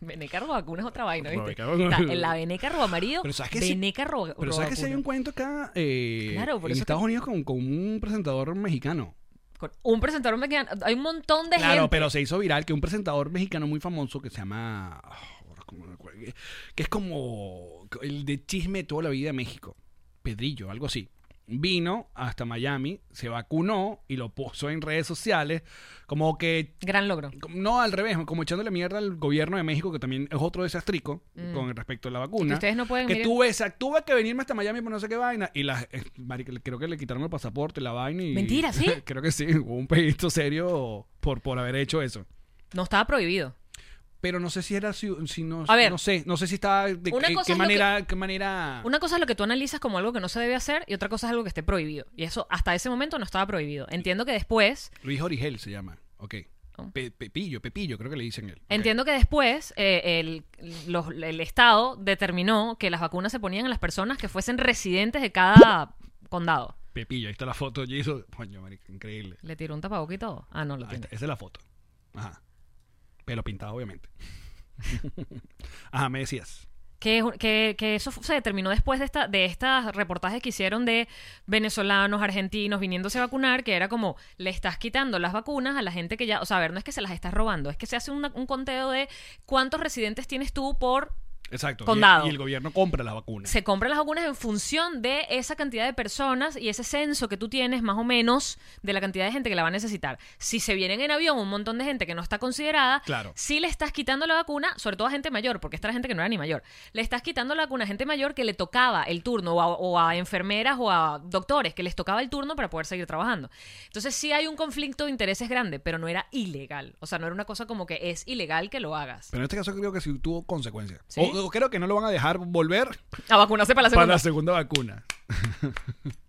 Veneca arroba cuna es otra vaina, ¿viste? Veneca arroba- Está en la veneca arroba marido, Pero sabes que sí- veneca arroba Pero sabes que si hay un cuna. cuento acá eh, Claro, por en eso Estados que- Unidos con, con un presentador mexicano. Con un presentador mexicano, hay un montón de Claro, gente. pero se hizo viral que un presentador mexicano muy famoso que se llama. ah, ahora cómo me acuerdo, que- que es como el de chisme de toda la vida de México. Pedrillo, algo así. Vino hasta Miami, se vacunó y lo puso en redes sociales. Como que Gran logro. No, al revés, como echándole mierda al gobierno de México, que también es otro desastrico Mm. con respecto a la vacuna. Que ustedes no pueden Que venir- tú ves, ah, tú ves que venirme hasta Miami por no sé qué vaina. Y las, eh, marica, le- creo que le quitaron el pasaporte, la vaina y. Mentira, ¿sí? creo que sí, hubo un pedito serio por, por haber hecho eso. No estaba prohibido. Pero no sé si era. Si, si no, A ver. no sé, no sé si estaba. De, Una qué, cosa qué es lo manera, qué manera. Una cosa es lo que tú analizas como algo que no se debe hacer y otra cosa es algo que esté prohibido. Y eso hasta ese momento no estaba prohibido. Entiendo que después, Luis Origel se llama. Ok. Oh. Pe- Pepillo, Pepillo, creo que le dicen él. Ok. entiendo que después eh, el, los- el Estado determinó que las vacunas se ponían en las personas que fuesen residentes de cada condado. Pepillo, ahí está la foto. Yo hizo. Coño, marica, increíble. Le tiró un tapaboca y todo. Ah, no, lo Ahí tiene. está, esa es la foto. Ajá. Pelo pintado, obviamente. Ajá, me decías. Que, es un- que- que eso fu- se determinó después de esta de estas reportajes que hicieron de venezolanos, argentinos viniéndose a vacunar, que era como le estás quitando las vacunas a la gente que ya, o sea, a ver, no es que se las estás robando, es que se hace una- un conteo de cuántos residentes tienes tú por Exacto. y- Condado. Y, el gobierno compra las vacunas. se compran las vacunas en función de esa cantidad de personas y ese censo que tú tienes más o menos de la cantidad de gente que la va a necesitar. Si se vienen en avión un montón de gente que no está considerada, Claro. si le estás quitando la vacuna, sobre todo a gente mayor, porque esta era gente que no era ni mayor, le estás quitando la vacuna a gente mayor que le tocaba el turno o a, o a enfermeras o a doctores que les tocaba el turno para poder seguir trabajando. Entonces sí hay un conflicto de intereses grande, pero no era ilegal. O sea, no era una cosa como que es ilegal que lo hagas. Pero en este caso creo que sí tuvo consecuencias. ¿Sí? O, o creo que no lo van a dejar volver A vacunarse para la segunda. para la segunda vacuna.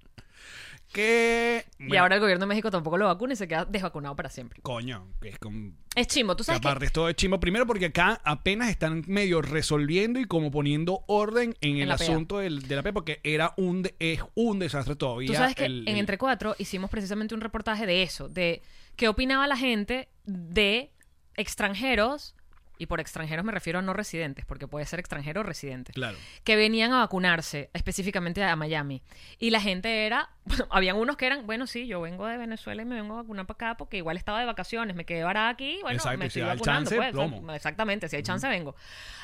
que. Y bueno, ahora el gobierno de México tampoco lo vacuna y se queda desvacunado para siempre. Coño, que es con. Es chimbo, tú que sabes que aparte, esto es chimo. Primero, porque acá apenas están medio resolviendo y como poniendo orden en, el la pea. asunto del- de la P, porque era un de- es un desastre todavía. Tú sabes que el- en el- Entre Cuatro hicimos precisamente un reportaje de eso, de qué opinaba la gente de extranjeros, y por extranjeros me refiero a no residentes, porque puede ser extranjero o residente, Claro. que venían a vacunarse, específicamente a Miami. Y la gente era, habían unos que eran, bueno, sí, yo vengo de Venezuela y me vengo a vacunar para acá porque igual estaba de vacaciones, me quedé varada aquí, bueno, Exacto, me y estoy si hay vacunando. chance, pues, plomo. exact- exactamente, si hay chance vengo.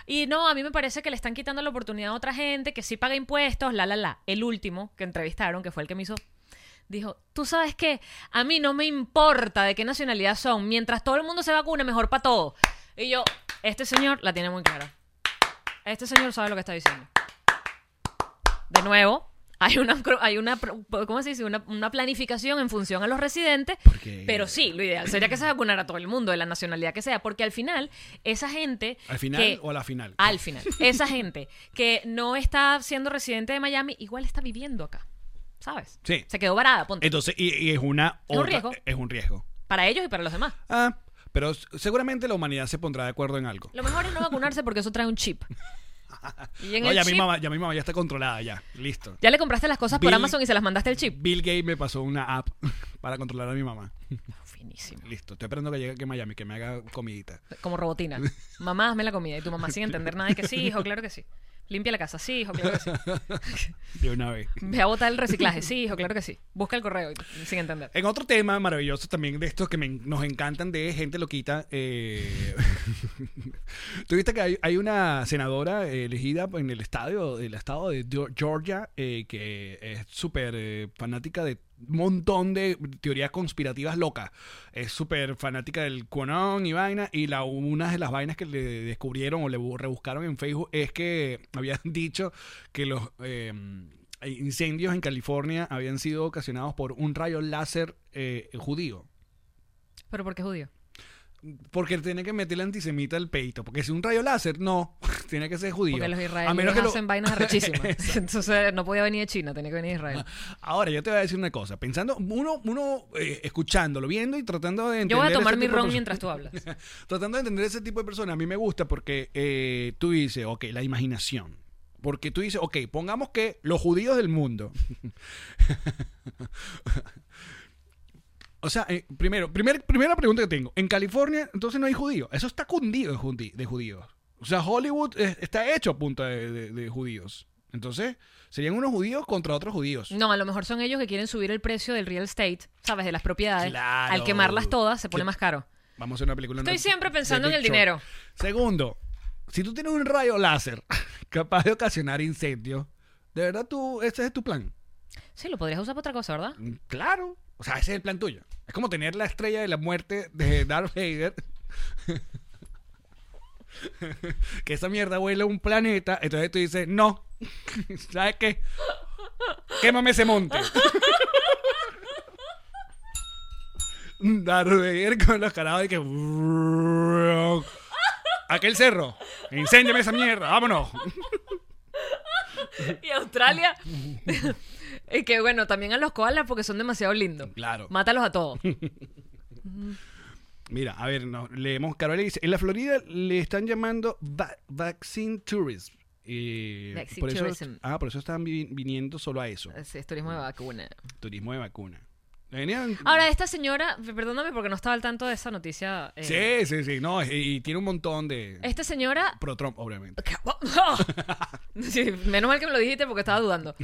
Y no, a mí me parece que le están quitando la oportunidad a otra gente que sí paga impuestos, la, la, la. El último que entrevistaron, que fue el que me hizo, dijo, tú sabes qué, a mí no me importa de qué nacionalidad son, mientras todo el mundo se vacune, mejor para todo. Y yo, este señor la tiene muy clara. Este señor sabe lo que está diciendo. De nuevo, hay una, cro- hay una pro- ¿cómo se dice? Una, una planificación en función a los residentes. Porque- Pero sí, lo ideal sería que se vacunara a todo el mundo, de la nacionalidad que sea, porque al final, esa gente... ¿Al final que- o a la final? Al final. Esa gente que no está siendo residente de Miami, igual está viviendo acá, ¿sabes? Sí. Se quedó varada, ponte. Entonces, y, y es una Es un otra- riesgo. Es un riesgo. para ellos y para los demás. Ah, pero s- seguramente la humanidad se pondrá de acuerdo en algo. Lo mejor es no vacunarse porque eso trae un chip. Y en No, el ya, chip, mi mamá, ya mi mamá ya está controlada, ya. Listo. ya le compraste las cosas por Bill- Amazon y se las mandaste al chip. Bill Gates me pasó una app para controlar a mi mamá. Finísimo. Listo. Estoy esperando que llegue aquí a Miami, que me haga comidita. Como robotina. Mamá, hazme la comida. Y tu mamá sin entender nada de que sí, hijo, claro que sí. Limpia la casa, sí, hijo, claro que sí. De una vez. Ve a botar el reciclaje, sí, hijo, claro que sí. Busca el correo y- sin entender. En otro tema maravilloso también de estos que me- nos encantan de gente loquita. Eh, Tuviste que hay, hay una senadora eh, elegida en el estadio, el estado de Gio- Georgia, eh, que es súper eh, fanática de un montón de teorías conspirativas locas. Es súper fanática del QAnon y vaina. Y la, una de las vainas que le descubrieron o le bu- rebuscaron en Facebook es que habían dicho que los eh, incendios en California habían sido ocasionados por un rayo láser eh, judío. Pero porque es judío. Porque tiene que meterle antisemita al peito. Porque si un rayo láser, no. Tiene que ser judío. Porque los israelíes A menos que lo- hacen vainas arrechísimas. Entonces no podía venir de China, tenía que venir de Israel. Ah, Ahora, yo te voy a decir una cosa. Pensando, uno, uno eh, escuchándolo, viendo y tratando de entender. Yo voy a ese tomar mi este tipo de ron perso- mientras tú hablas. Tratando de entender ese tipo de personas, a mí me gusta porque eh, tú dices, ok, la imaginación. Porque tú dices, ok, pongamos que los judíos del mundo. o sea, eh, primero, primer- primera pregunta que tengo. En California, entonces no hay judíos. Eso está cundido de, judi- de judíos. O sea, Hollywood eh, está hecho a punta de, de- de judíos. Entonces, serían unos judíos contra otros judíos. No, a lo mejor son ellos que quieren subir el precio del real estate, ¿sabes? De las propiedades. Claro. Al quemarlas todas se pone Sí. más caro. Vamos a hacer una película. Estoy de- siempre pensando de en el Big dinero. Short. Segundo, si tú tienes un rayo láser capaz de ocasionar incendios, de verdad tú, ese es tu plan. Sí, lo podrías usar para otra cosa, ¿verdad? Mm, Claro. O sea, ese es el plan tuyo. Es como tener la estrella de la muerte de Darth Vader. que esa mierda huele a un planeta. Entonces tú dices, no. ¿Sabes qué? Quémame ese monte. Darth Vader con los carabos y que... Aquel cerro. Incéndiame esa mierda. Vámonos. Y Australia. y que bueno, también a los koalas porque son demasiado lindos. Claro. Mátalos a todos. Mira, a ver, no, leemos. Carola dice: En la Florida le están llamando va- vaccine tourism. Eh, Vaccine por eso- tourism. Eh. ah, por eso están vi- viniendo solo a eso: Sí, es Mm. turismo de vacuna. turismo de vacuna. Venían- Ahora, esta señora, perdóname porque no estaba al tanto de esa noticia. eh, sí, sí, sí. No, y, y tiene un montón de. Esta señora Pro Trump, obviamente. Sí, menos mal que me lo dijiste porque estaba dudando.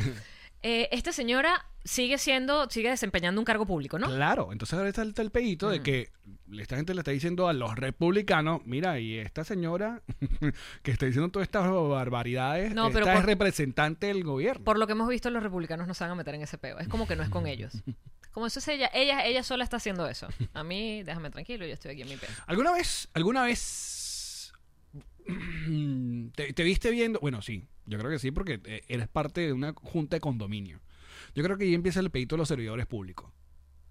Eh, esta señora sigue siendo, sigue desempeñando un cargo público, ¿no? Mm. Claro, entonces ahora está, el- está el pedito de que esta gente le está diciendo a los republicanos: Mira, y esta señora que está diciendo todas estas barbaridades, No, pero esta es por- representante del gobierno. Por lo que hemos visto, los republicanos no se van a meter en ese peo. Es como que no es con ellos. Como eso es ella, ella, ella sola está haciendo eso. A mí, déjame tranquilo, yo estoy aquí en mi peo. ¿Alguna vez, alguna vez te, te viste viendo? Bueno, sí, yo creo que sí, porque eh, eres parte de una junta de condominio. Yo creo que ahí empieza el pedito de los servidores públicos.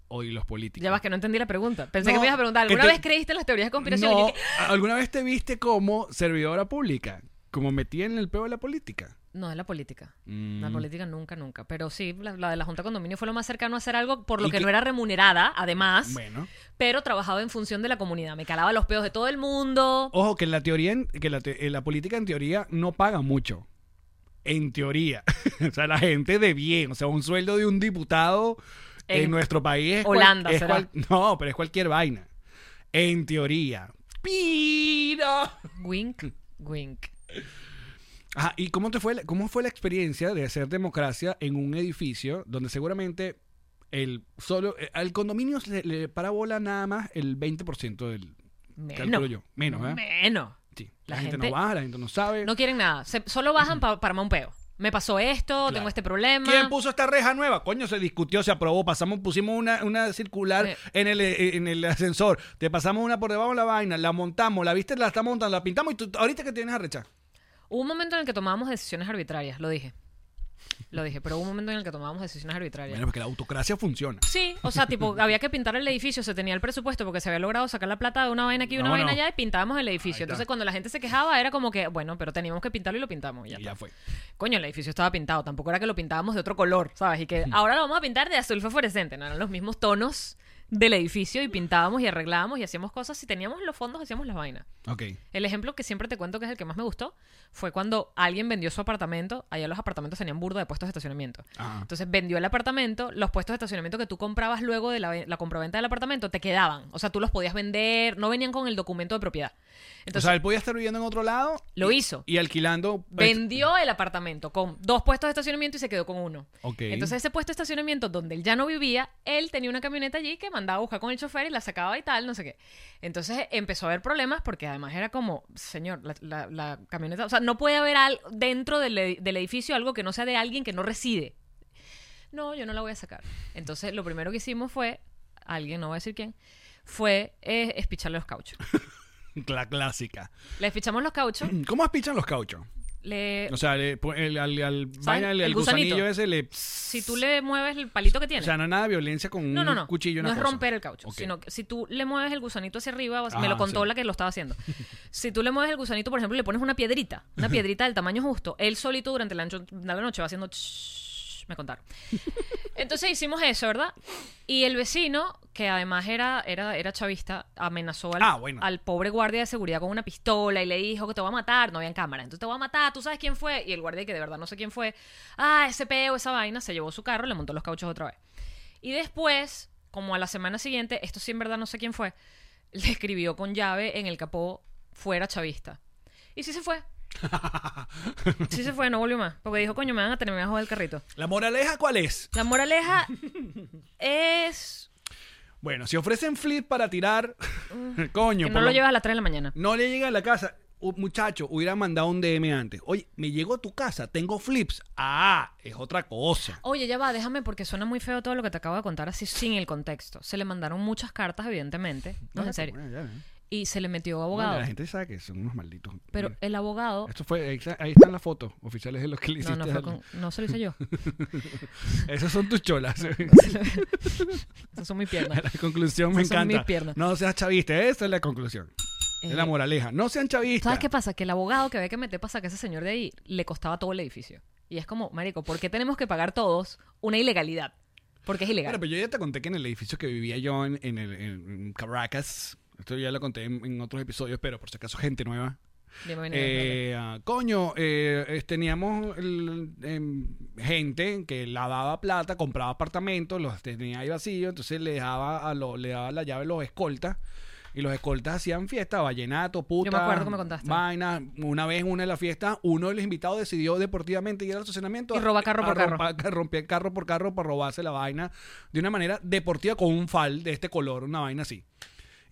O y los políticos. Ya vas que no entendí la pregunta. Pensé que No, me ibas a preguntar, que ¿alguna te- vez creíste en las teorías de conspiración? Y no, yo que, ¿alguna vez te viste como servidora pública? Como metida en el peo de la política. No, es la política. Mm. La política nunca, nunca. Pero sí, la, la de la Junta de Condominio fue lo más cercano a hacer algo por lo Y que, que- no era remunerada, además. Bueno. pero trabajaba en función de la comunidad. Me calaba los peos de todo el mundo. Ojo, que la teoría, en- que la, te- eh, la política en teoría no paga mucho. En teoría. o sea, la gente de bien. O sea, un sueldo de un diputado en, En nuestro país es cual- Holanda, es será. cual- no, pero es cualquier vaina. En teoría. Pero. Wink, Mm. wink. Ajá, ¿y cómo te fue la, cómo fue la experiencia de hacer democracia en un edificio donde seguramente el solo eh, al condominio se le, le para bola nada más el 20% del calculo Menos. yo, menos, ¿eh? Menos. Sí. La, La gente, no gente- baja, la gente no sabe. No quieren nada. Se- solo bajan pa- para armar un peo. Me pasó esto, tengo este problema. ¿Quién puso esta reja nueva? Coño, se discutió, se aprobó, pasamos, pusimos una, una circular Eh. en, el, eh, en el ascensor, te pasamos una por debajo de la vaina, la montamos, la viste, la está montando, la pintamos y tú ahorita que tienes a rechar. Hubo un momento en el que tomábamos decisiones arbitrarias, lo dije. Lo dije, pero hubo un momento en el que tomábamos decisiones arbitrarias. Bueno, porque la autocracia funciona. Sí, o sea, tipo, había que pintar el edificio, se tenía el presupuesto porque se había logrado sacar la plata de una vaina aquí y una Vámonos. vaina allá y pintábamos el Ahí está. edificio. Entonces, cuando la gente se quejaba, era como que, bueno, pero teníamos que pintarlo y lo pintamos. y ya Y ya fue. Coño, el edificio estaba pintado, tampoco era que lo pintábamos de otro color, ¿sabes? Y Hmm. que ahora lo vamos a pintar de azul fosforescente, no eran los mismos tonos del edificio y pintábamos y arreglábamos y hacíamos cosas. Si teníamos los fondos, hacíamos las vainas. Ok. El ejemplo que siempre te cuento que es el que más me gustó fue cuando alguien vendió su apartamento. Allá los apartamentos tenían burda de puestos de estacionamiento. Ajá. Entonces vendió el apartamento, los puestos de estacionamiento que tú comprabas luego de la, ve- la compraventa del apartamento te quedaban. O sea, tú los podías vender, no venían con el documento de propiedad. o Entonces sea, él podía estar viviendo en otro lado. lo y- hizo Y alquilando. pues, vendió el apartamento con dos puestos de estacionamiento y se quedó con uno. Ok. Entonces ese puesto de estacionamiento donde él ya no vivía, él tenía una camioneta allí que mandaba a buscar con el chofer y la sacaba y tal, no sé qué. Entonces empezó a haber problemas porque además era como, señor, la, la- la camioneta, o sea, no puede haber al, dentro del, edi- del edificio algo que no sea de alguien que no reside. No, yo no la voy a sacar. Entonces lo primero que hicimos fue, alguien, no voy a decir quién, fue eh, espicharle los cauchos. La clásica. Le espichamos los cauchos, ¿Cómo aspichan los cauchos? le... O sea, le pon- el, al, al vaina, el, Eh, El al gusanillo gusanito. ese le. si tú le mueves el palito que tiene. O sea, no es nada de violencia con No, no, no. un cuchillo. no una es cosa. romper el caucho, Ok. sino que si tú le mueves el gusanito hacia arriba, Ah, me lo contó sí. la que lo estaba haciendo. Si tú le mueves el gusanito, por ejemplo, y le pones una piedrita, una piedrita del tamaño justo, él solito durante la, ancho- la noche va haciendo... tsh, me contaron. Entonces hicimos eso, ¿verdad? Y el vecino, que además era, era, era chavista, amenazó al, Ah, bueno. al pobre guardia de seguridad con una pistola y le dijo que te va a matar. No había cámara. Entonces te va a matar, tú sabes quién fue. Y el guardia, que de verdad no sé quién fue, ah, ese peo, esa vaina, se llevó su carro, le montó los cauchos otra vez. Y después, como a la semana siguiente, esto sí en verdad no sé quién fue, le escribió con llave en el capó fuera chavista. Y sí se fue. Sí se fue, no volvió más. Porque dijo, coño, me van a terminar a joder el carrito. ¿La moraleja cuál es? La moraleja es Bueno, si ofrecen flip para tirar, coño, que no por lo lo- llevas a las 3 de la mañana. no le llega a la casa. Uh, muchacho, hubiera mandado un DM antes. Oye, me llegó a tu casa, tengo flips. Ah, es otra cosa. Oye, ya va, déjame porque suena muy feo todo lo que te acabo de contar así sin el contexto. Se le mandaron muchas cartas, evidentemente. No, en serio. Bueno, ya, ¿eh? Y se le metió Bueno, abogado. la gente sabe que son unos malditos. Pero Mira, el abogado... esto fue, ahí está- ahí están las fotos oficiales de los que le No, hiciste. no, fue al- con- no se lo hice yo. Esas son tus cholas. Esas son mis piernas. la conclusión me Esas son mis encanta. piernas. No seas chavista, esa es la conclusión. Es Eh, la moraleja. No sean chavistas. ¿Sabes qué pasa? Que el abogado que había que meter para sacar a ese señor de ahí le costaba todo el edificio. Y es como, marico, ¿por qué tenemos que pagar todos una ilegalidad? Porque es ilegal. Claro, pero yo ya te conté que en el edificio que vivía yo en, en el, en Caracas, esto ya lo conté en, en otros episodios, pero por si acaso gente nueva. Bienvenido, bienvenido. Eh, ah, coño, eh, eh, teníamos el- em, gente que lavaba plata, compraba apartamentos, los tenía ahí vacíos, entonces le dejaba, a lo- le daba la llave a los escoltas. Y los escoltas hacían fiesta, vallenato, puta, acuerdo que me contaste. vaina. Una vez, en una de las fiestas, uno de los invitados decidió deportivamente ir al estacionamiento Y roba carro a por carro. rompa- rompía carro por carro para robarse la vaina de una manera deportiva con un fal de este color, una vaina así.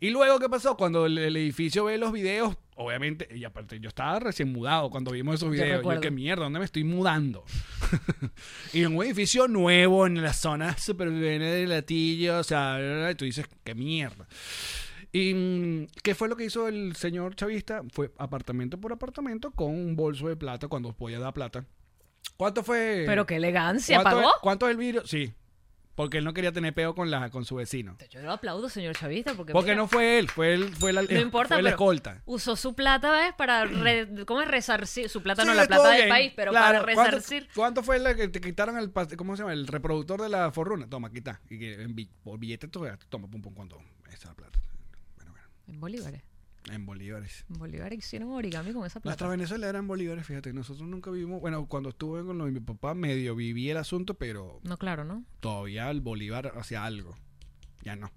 Y luego, ¿qué pasó? Cuando el, el edificio ve los videos, obviamente, y aparte, yo estaba recién mudado cuando vimos esos videos. Yo, recuerdo. qué mierda, ¿dónde me estoy mudando? y en un edificio nuevo, en la zona súper bien de latillo, o sea, y tú dices, qué mierda. ¿Y mm, qué fue lo que hizo el señor chavista? Fue apartamento por apartamento con un bolso de plata cuando podía dar plata. ¿Cuánto fue? Pero qué elegancia, ¿Cuánto- pagó. ¿Cuánto es el vidrio? Sí. Porque él no quería tener peo con, la, con su vecino. Yo lo aplaudo, señor Chavista, porque. Porque mira, no fue él, fue él, fue la, eh, No importa, fue la pero- escolta. Usó su plata, ¿ves? Para. re- ¿Cómo es resarcir? Su plata no, Mm. Sí, la estuvo plata del bien, país, pero claro. para ¿Cuánto- resarcir. ¿Cuánto, fue la que te quitaron el pas- cómo se llama? El reproductor de la forruna. Toma, quita. Y que en bi- por billete tú gastaste. toma pum pum cuánto esa plata. Bueno, bueno, En bolívares. en bolívares. En bolívares hicieron origami con esa Nuestra plata. Venezuela eran bolívares, fíjate, nosotros nunca vivimos, bueno, cuando estuve con lo de mi papá medio viví el asunto, pero No, claro, ¿no? todavía el bolívar hacía algo. Ya no.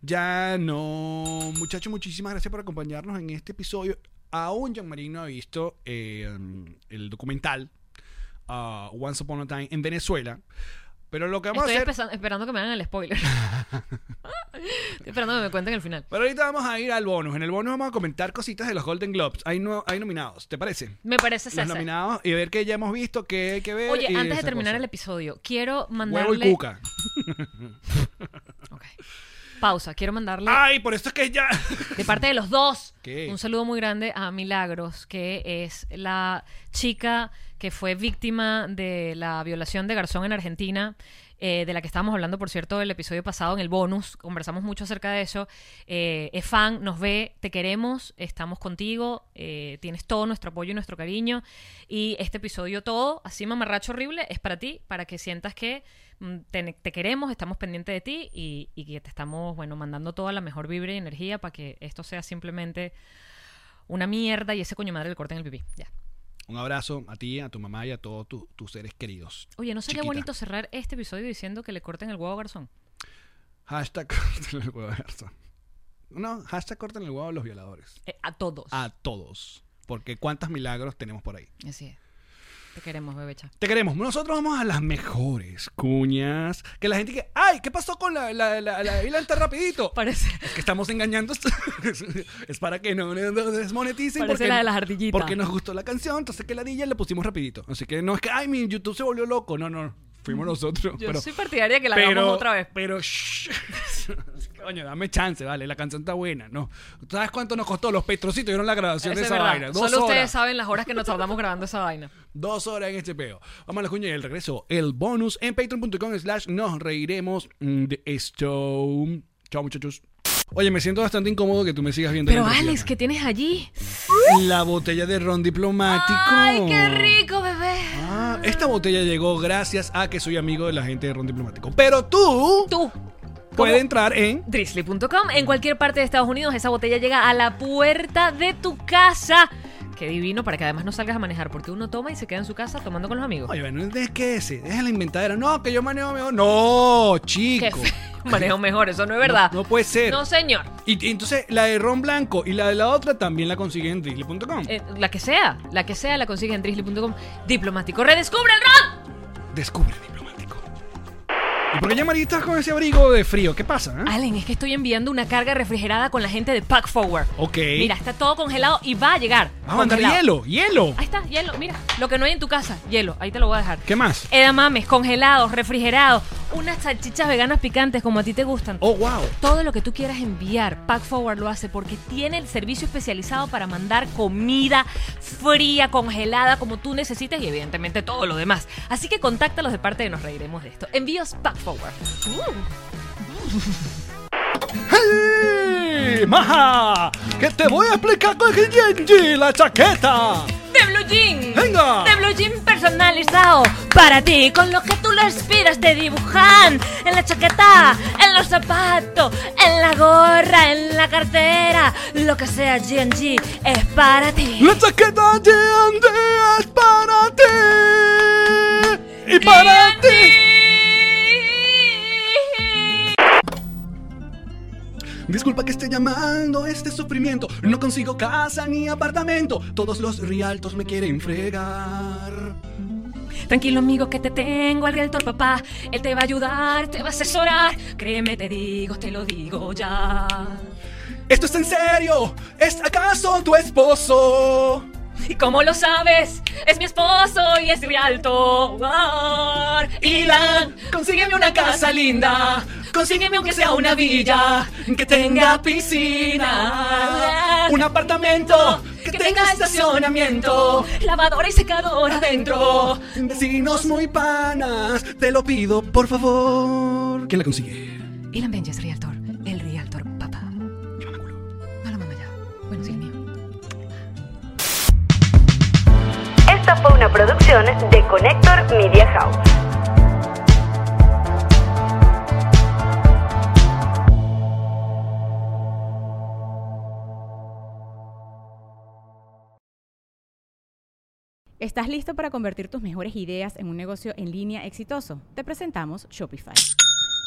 Ya no. Muchachos, muchísimas gracias por acompañarnos en este episodio. Aún Jean Marino ha visto eh, el documental ah, Once Upon a Time en Venezuela. Pero lo que vamos Estoy a hacer. empezando- esperando que me hagan el spoiler. Estoy esperando que me cuenten el final. Pero ahorita vamos a ir al bonus. En el bonus vamos a comentar cositas de los Golden Globes. Hay, no, hay nominados, ¿te parece? Me parece Los César. nominados y ver qué ya hemos visto, qué hay que ver. Oye, y antes de esas terminar el cosas. episodio, quiero Huevo mandarle. y cuca. Ok. Pausa. Quiero mandarle ¡Ay! Por eso es que ya. de parte de los dos Ah. ¿Qué? un saludo muy grande a Milagros, que es la chica que fue víctima de la violación de Garzón en Argentina. eh, de la que estábamos hablando, por cierto, el episodio pasado en el bonus, conversamos mucho acerca de eso. Eh, es fan, nos ve, te queremos, estamos contigo, eh, tienes todo nuestro apoyo y nuestro cariño. Y este episodio todo, así mamarracho horrible, es para ti, para que sientas que mm, te, te queremos, estamos pendientes de ti y, y que te estamos, bueno, mandando toda la mejor vibra y energía para que esto sea simplemente una mierda y ese coño madre le corten el pipí. Ya. Un abrazo a ti, a tu mamá y a todos tu- tus seres queridos. Oye, ¿no sería Chiquita. bonito cerrar este episodio diciendo que le corten el huevo a Garzón? Hashtag corten el huevo a Garzón. No, hashtag corten el huevo a los violadores. Eh, a todos. A todos. Porque cuántos milagros tenemos por ahí. Así es. Te queremos, bebecha. Te queremos. Nosotros vamos a las mejores cuñas. Que la gente que. ¡Ay! ¿Qué pasó con la, la, la, la Isla Enter rapidito? Parece, Es que estamos engañando. es para que no nos desmoneticen. parece porque- la de las ardillitas. Porque nos gustó la canción, entonces que la DJ la pusimos rapidito. Así que no es que, ay, mi YouTube se volvió loco. No, no, fuimos nosotros. Mm. Yo pero, soy partidaria que la pero, hagamos otra vez. Pero, shh. Coño, dame chance, vale. La canción está buena, ¿no? ¿Tú ¿Sabes cuánto nos costó? Los petrocitos dieron la grabación Eso es de esa verdad. vaina. Dos Solo ustedes horas. saben las horas que nos tardamos grabando esa vaina. Dos horas en este peo. Vamos a la cuña y el regreso. El bonus en patreon.com slash nos reiremos mm, de esto. Chao, muchachos. Oye, me siento bastante incómodo que tú me sigas viendo. Pero mientras Alex, llama. ¿qué tienes allí? La botella de ron diplomático. ¡Ay, qué rico, bebé! Ah, esta botella llegó gracias a que soy amigo de la gente de Ron Diplomático. Pero tú, Tú, puedes entrar en drizzly.com, en cualquier parte de Estados Unidos, esa botella llega a la puerta de tu casa. Qué divino para que además no salgas a manejar, porque uno toma y se queda en su casa tomando con los amigos. Oye, bueno, es que ese, es la inventadera. No, que yo manejo mejor. No, chico. Qué feo. manejo mejor. Eso no es verdad. No puede ser. No, señor. Y, y entonces la de Ron Blanco y la de la otra también la consiguen en drizzly.com. Eh, la que sea, la que sea, la consigues en drizzly.com. Diplomático. ¡Redescubre el rock! Descubre diplomático. ¿Y por qué ya María estás con ese abrigo de frío? ¿Qué pasa? eh? Allen, es que estoy enviando una carga refrigerada con la gente de Pack Forward. Ok. Mira, está todo congelado y va a llegar. Vamos a mandar congelado. hielo, hielo. Ahí está, hielo. Mira, lo que no hay en tu casa, hielo. Ahí te lo voy a dejar. ¿Qué más? Edamames, congelados, refrigerados, unas salchichas veganas picantes como a ti te gustan. Oh, wow. Todo lo que tú quieras enviar, Pack Forward lo hace porque tiene el servicio especializado para mandar comida fría, congelada, como tú necesites y evidentemente todo lo demás. Así que contáctalos de parte de Nos Reiremos de Esto. Envíos Pack Forward. ¡Hey! ¡Maja! ¡Que te voy a explicar con el Genji, la chaqueta! De Blue Jean. ¡Venga! De Blue Jean personalizado para ti, con lo que tú lo inspiras te dibujan en la chaqueta, en los zapatos, en la gorra, en la cartera, lo que sea GNG es para ti. ¡La chaqueta de Andy es para ti! ¡Y para ti! Disculpa que esté llamando este sufrimiento. No consigo casa ni apartamento. Todos los rialtos me quieren fregar. Tranquilo amigo que te tengo al realtor papá, él te va a ayudar, te va a asesorar, créeme te digo, te lo digo ya. ¿Esto es en serio? ¿Es acaso tu esposo? ¿Y cómo lo sabes? Es mi esposo y es realtor. Ilan, consígueme una casa linda. Consígueme aunque sea una villa que tenga piscina. Un apartamento que Que tenga tenga estacionamiento. Lavadora y secadora adentro. Vecinos muy panas, te lo pido por favor. ¿Quién la consigue? Ilan Benji es realtor. El realtor, papá. No la mamá ya. Bueno, sí, el mío. Esta fue una producción de Connector Media House. ¿Estás listo para convertir tus mejores ideas en un negocio en línea exitoso? Te presentamos Shopify.